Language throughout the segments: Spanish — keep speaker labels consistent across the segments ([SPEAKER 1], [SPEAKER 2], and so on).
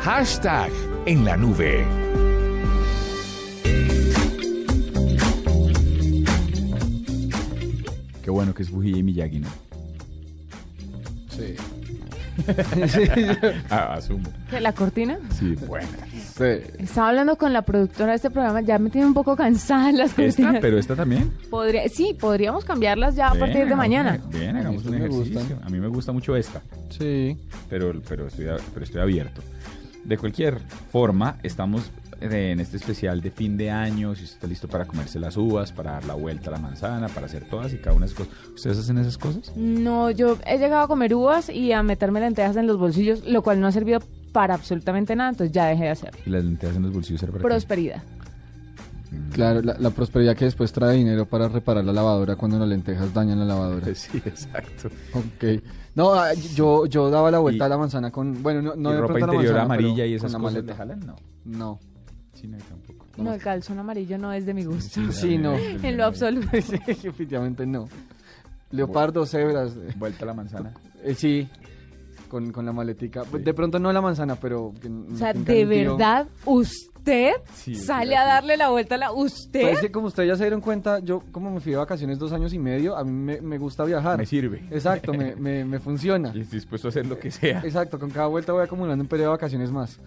[SPEAKER 1] Hashtag en la nube.
[SPEAKER 2] Qué bueno que es Fuji y Miyagi, ¿no?
[SPEAKER 3] Sí.
[SPEAKER 2] Ah, asumo.
[SPEAKER 4] ¿Qué, ¿La cortina?
[SPEAKER 2] Sí, bueno.
[SPEAKER 3] Sí.
[SPEAKER 4] Estaba hablando con la productora de este programa, ya me tiene un poco cansada las cortinas.
[SPEAKER 2] Esta, pero esta también.
[SPEAKER 4] Podría- sí, podríamos cambiarlas ya a
[SPEAKER 2] Bien,
[SPEAKER 4] partir de
[SPEAKER 2] hagamos
[SPEAKER 4] mañana.
[SPEAKER 2] un- Bien, hagamos
[SPEAKER 3] Estas
[SPEAKER 2] un
[SPEAKER 3] me gustan.
[SPEAKER 2] ejercicio. A mí me gusta mucho esta.
[SPEAKER 3] Sí.
[SPEAKER 2] pero, pero, estoy, a- pero estoy abierto. De cualquier forma, estamos eh, en este especial de fin de año, si usted está listo para comerse las uvas, para dar la vuelta a la manzana, para hacer todas y cada una de esas cosas. ¿Ustedes hacen esas cosas?
[SPEAKER 4] No, yo he llegado a comer uvas y a meterme lentejas en los bolsillos, lo cual no ha servido para absolutamente nada, entonces ya dejé de hacerlo.
[SPEAKER 2] ¿Y las lentejas en los bolsillos será para qué?
[SPEAKER 4] Prosperidad.
[SPEAKER 3] Claro, la, la prosperidad que después trae dinero para reparar la lavadora cuando las lentejas dañan la lavadora.
[SPEAKER 2] Sí, exacto.
[SPEAKER 3] Ok. No, ah, yo, yo daba la vuelta
[SPEAKER 2] Y-
[SPEAKER 3] a la manzana con. Bueno, no, no
[SPEAKER 2] ¿Y
[SPEAKER 3] de
[SPEAKER 2] ropa
[SPEAKER 3] pronto a la
[SPEAKER 2] interior
[SPEAKER 3] manzana,
[SPEAKER 2] amarilla
[SPEAKER 3] pero
[SPEAKER 2] y esas
[SPEAKER 3] con la
[SPEAKER 2] cosas le
[SPEAKER 3] maleta.
[SPEAKER 2] jalan? No.
[SPEAKER 3] No.
[SPEAKER 2] Sí, no, tampoco.
[SPEAKER 4] No, el calzón amarillo no es de mi gusto.
[SPEAKER 3] Sí, no.
[SPEAKER 4] En lo absoluto.
[SPEAKER 3] Sí, Definitivamente no. Leopardo, cebras. eh,
[SPEAKER 2] Vuelta a la manzana.
[SPEAKER 3] eh, sí. Con, con la maletica.
[SPEAKER 2] Sí.
[SPEAKER 3] De pronto no la manzana, pero. que-
[SPEAKER 4] O sea,
[SPEAKER 3] que
[SPEAKER 4] de
[SPEAKER 3] un tiro.
[SPEAKER 4] verdad, usted
[SPEAKER 2] Sí,
[SPEAKER 4] sale
[SPEAKER 2] sí,
[SPEAKER 4] a
[SPEAKER 2] sí.
[SPEAKER 4] darle la vuelta a la. ¿Usted?
[SPEAKER 3] Pues es que como ustedes ya se dieron cuenta, yo como me fui de vacaciones dos años y medio, a mí me, me gusta viajar.
[SPEAKER 2] Me sirve.
[SPEAKER 3] Exacto, me, me, me funciona.
[SPEAKER 2] Y estoy dispuesto a hacer lo que sea.
[SPEAKER 3] Exacto, con cada vuelta voy acumulando un periodo de vacaciones más.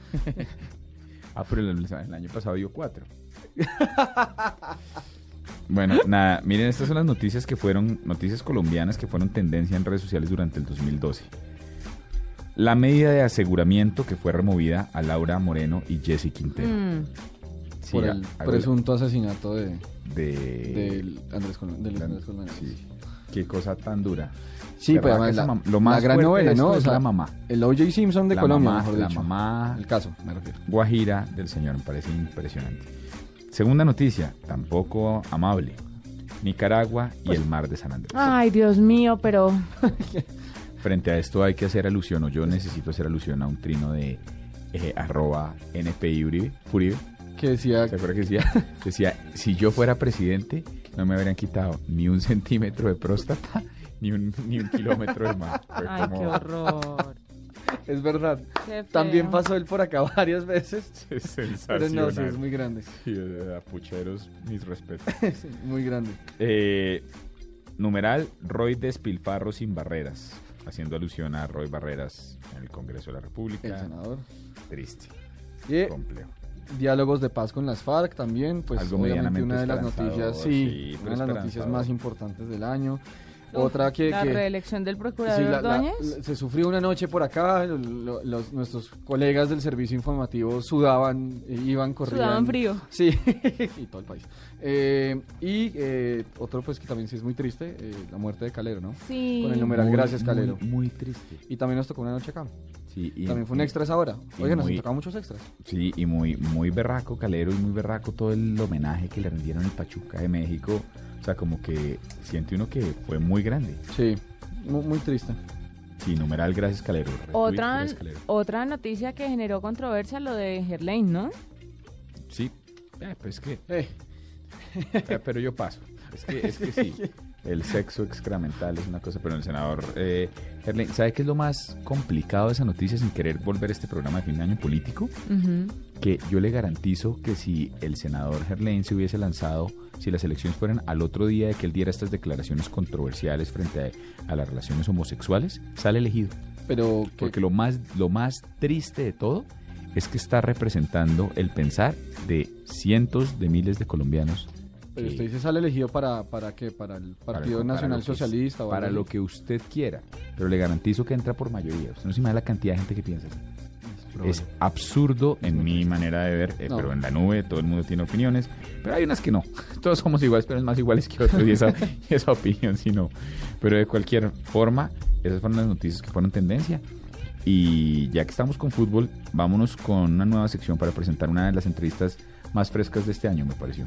[SPEAKER 2] Ah, pero el, el año pasado dio cuatro. Bueno, nada, miren, estas son las noticias que fueron, noticias colombianas que fueron tendencia en redes sociales durante el 2012. La medida de aseguramiento que fue removida a Laura Moreno y Jesse Quintero.
[SPEAKER 4] Mm,
[SPEAKER 2] Sí,
[SPEAKER 3] por
[SPEAKER 2] a-
[SPEAKER 3] el
[SPEAKER 2] a-
[SPEAKER 3] presunto asesinato de,
[SPEAKER 2] de,
[SPEAKER 3] del Andrés Colón. del
[SPEAKER 2] la-
[SPEAKER 3] Andrés Colón.
[SPEAKER 2] Mm, sí. Qué cosa tan dura.
[SPEAKER 3] Sí,
[SPEAKER 2] De
[SPEAKER 3] pero
[SPEAKER 2] verdad que
[SPEAKER 3] además
[SPEAKER 2] esa
[SPEAKER 3] la,
[SPEAKER 2] mam- lo más
[SPEAKER 3] la gran
[SPEAKER 2] fuerte de
[SPEAKER 3] novela,
[SPEAKER 2] esto
[SPEAKER 3] ¿no? O
[SPEAKER 2] es
[SPEAKER 3] sea,
[SPEAKER 2] la mamá.
[SPEAKER 3] El O.J. Simpson de
[SPEAKER 2] la
[SPEAKER 3] Colombia,
[SPEAKER 2] mamá,
[SPEAKER 3] mejor
[SPEAKER 2] la
[SPEAKER 3] dicho.
[SPEAKER 2] mamá,
[SPEAKER 3] El caso, me refiero.
[SPEAKER 2] Guajira del señor, me parece impresionante. Segunda noticia, tampoco amable. Nicaragua y
[SPEAKER 3] Pues,
[SPEAKER 2] el mar de San Andrés.
[SPEAKER 4] Ay, Dios mío, pero.
[SPEAKER 2] Frente a esto hay que hacer alusión, o yo necesito hacer alusión a un trino de eh, arroba NPI Uribe, Furibe.
[SPEAKER 3] Que decía,
[SPEAKER 2] ¿Se acuerdan que decía? Decía, si yo fuera presidente, no me habrían quitado ni un centímetro de próstata, ni un, ni un kilómetro de mar. Fue
[SPEAKER 4] Ay,
[SPEAKER 2] como-
[SPEAKER 4] qué horror.
[SPEAKER 3] es verdad.
[SPEAKER 4] Qué
[SPEAKER 3] También
[SPEAKER 4] feo. Ah,
[SPEAKER 3] pasó él por acá varias veces.
[SPEAKER 2] Es
[SPEAKER 3] Pero no, sí,
[SPEAKER 2] sensacional.
[SPEAKER 3] es muy grande.
[SPEAKER 2] Sí, eh, apucheros, mis respetos.
[SPEAKER 3] Sí, muy grande.
[SPEAKER 2] Eh, numeral Roy Despilfarro sin barreras, haciendo alusión a Roy Barreras en el Congreso de la
[SPEAKER 3] El
[SPEAKER 2] República.
[SPEAKER 3] senador. Eh,
[SPEAKER 2] Triste,
[SPEAKER 3] Y
[SPEAKER 2] complejo.
[SPEAKER 3] diálogos de paz con las FARC también, pues
[SPEAKER 2] Algo
[SPEAKER 3] obviamente
[SPEAKER 2] medianamente
[SPEAKER 3] una de las
[SPEAKER 2] esperanzador,
[SPEAKER 3] noticias,
[SPEAKER 2] sí,
[SPEAKER 3] sí,
[SPEAKER 2] pero
[SPEAKER 3] una de las noticias
[SPEAKER 2] esperanzador.
[SPEAKER 3] más importantes del año.
[SPEAKER 4] Uf,
[SPEAKER 3] Otra que,
[SPEAKER 4] La
[SPEAKER 3] que-
[SPEAKER 4] reelección del procurador
[SPEAKER 3] sí, la- la-
[SPEAKER 4] Ordóñez.
[SPEAKER 3] la- se sufrió una noche por acá, lo- lo- los- nuestros colegas del servicio informativo sudaban, eh, iban, corrían.
[SPEAKER 4] Sudaban frío.
[SPEAKER 3] Sí, y todo el país. Eh, y eh, otro pues que también sí es muy triste, eh, la muerte de Calero, ¿no?
[SPEAKER 4] Sí.
[SPEAKER 3] Con el numeral, gracias Calero.
[SPEAKER 2] Muy, muy triste.
[SPEAKER 3] Y también nos tocó una noche acá.
[SPEAKER 2] Sí, y,
[SPEAKER 3] también fue un extra esa hora.
[SPEAKER 2] y
[SPEAKER 3] Oiga, nos
[SPEAKER 2] muy-
[SPEAKER 3] han tocado muchos extras.
[SPEAKER 2] Sí, y muy, muy berraco Calero y muy berraco todo el homenaje que le rendieron el Pachuca de México. O sea, como que siente uno que fue muy grande.
[SPEAKER 3] Sí, muy, muy triste.
[SPEAKER 2] Sí, numeral gracias Calero. retweet,
[SPEAKER 4] Otra,
[SPEAKER 2] gracias, Calero.
[SPEAKER 4] otra noticia que generó controversia, lo de Gerlain, ¿no?
[SPEAKER 2] Sí, eh, pues que
[SPEAKER 3] Eh,
[SPEAKER 2] Eh, pero yo paso. Es que, es que sí. El sexo excremental es una cosa, pero el senador eh, Erlen, ¿sabe qué es lo más complicado de esa noticia sin querer volver este programa de fin de año político? Que yo le garantizo que si el senador Herlain se hubiese lanzado, si las elecciones fueran al otro día de que él diera estas declaraciones controversiales frente a, a las relaciones homosexuales, sale elegido.
[SPEAKER 3] pero... que-
[SPEAKER 2] Porque lo más, lo más triste de todo es que está representando el pensar de cientos de miles de colombianos
[SPEAKER 3] Pero
[SPEAKER 2] que-
[SPEAKER 3] usted dice sale elegido para, para qué, para el
[SPEAKER 2] Para-
[SPEAKER 3] Partido
[SPEAKER 2] para
[SPEAKER 3] Nacional
[SPEAKER 2] lo que-
[SPEAKER 3] Socialista. o
[SPEAKER 2] Para
[SPEAKER 3] algo
[SPEAKER 2] lo
[SPEAKER 3] así.
[SPEAKER 2] que usted quiera, pero le garantizo que entra por mayoría. Usted no se imagina la cantidad de gente que piensa. así. Es absurdo en mi manera de ver, eh,
[SPEAKER 3] No.
[SPEAKER 2] pero en la nube todo el mundo tiene opiniones, pero hay unas que no. Todos somos iguales, pero es más iguales que otros y esa, y esa opinión sí no. Pero de cualquier forma, esas fueron las noticias que fueron tendencia. Y ya que estamos con fútbol, vámonos con una nueva sección para presentar una de las entrevistas más frescas de este año, me pareció.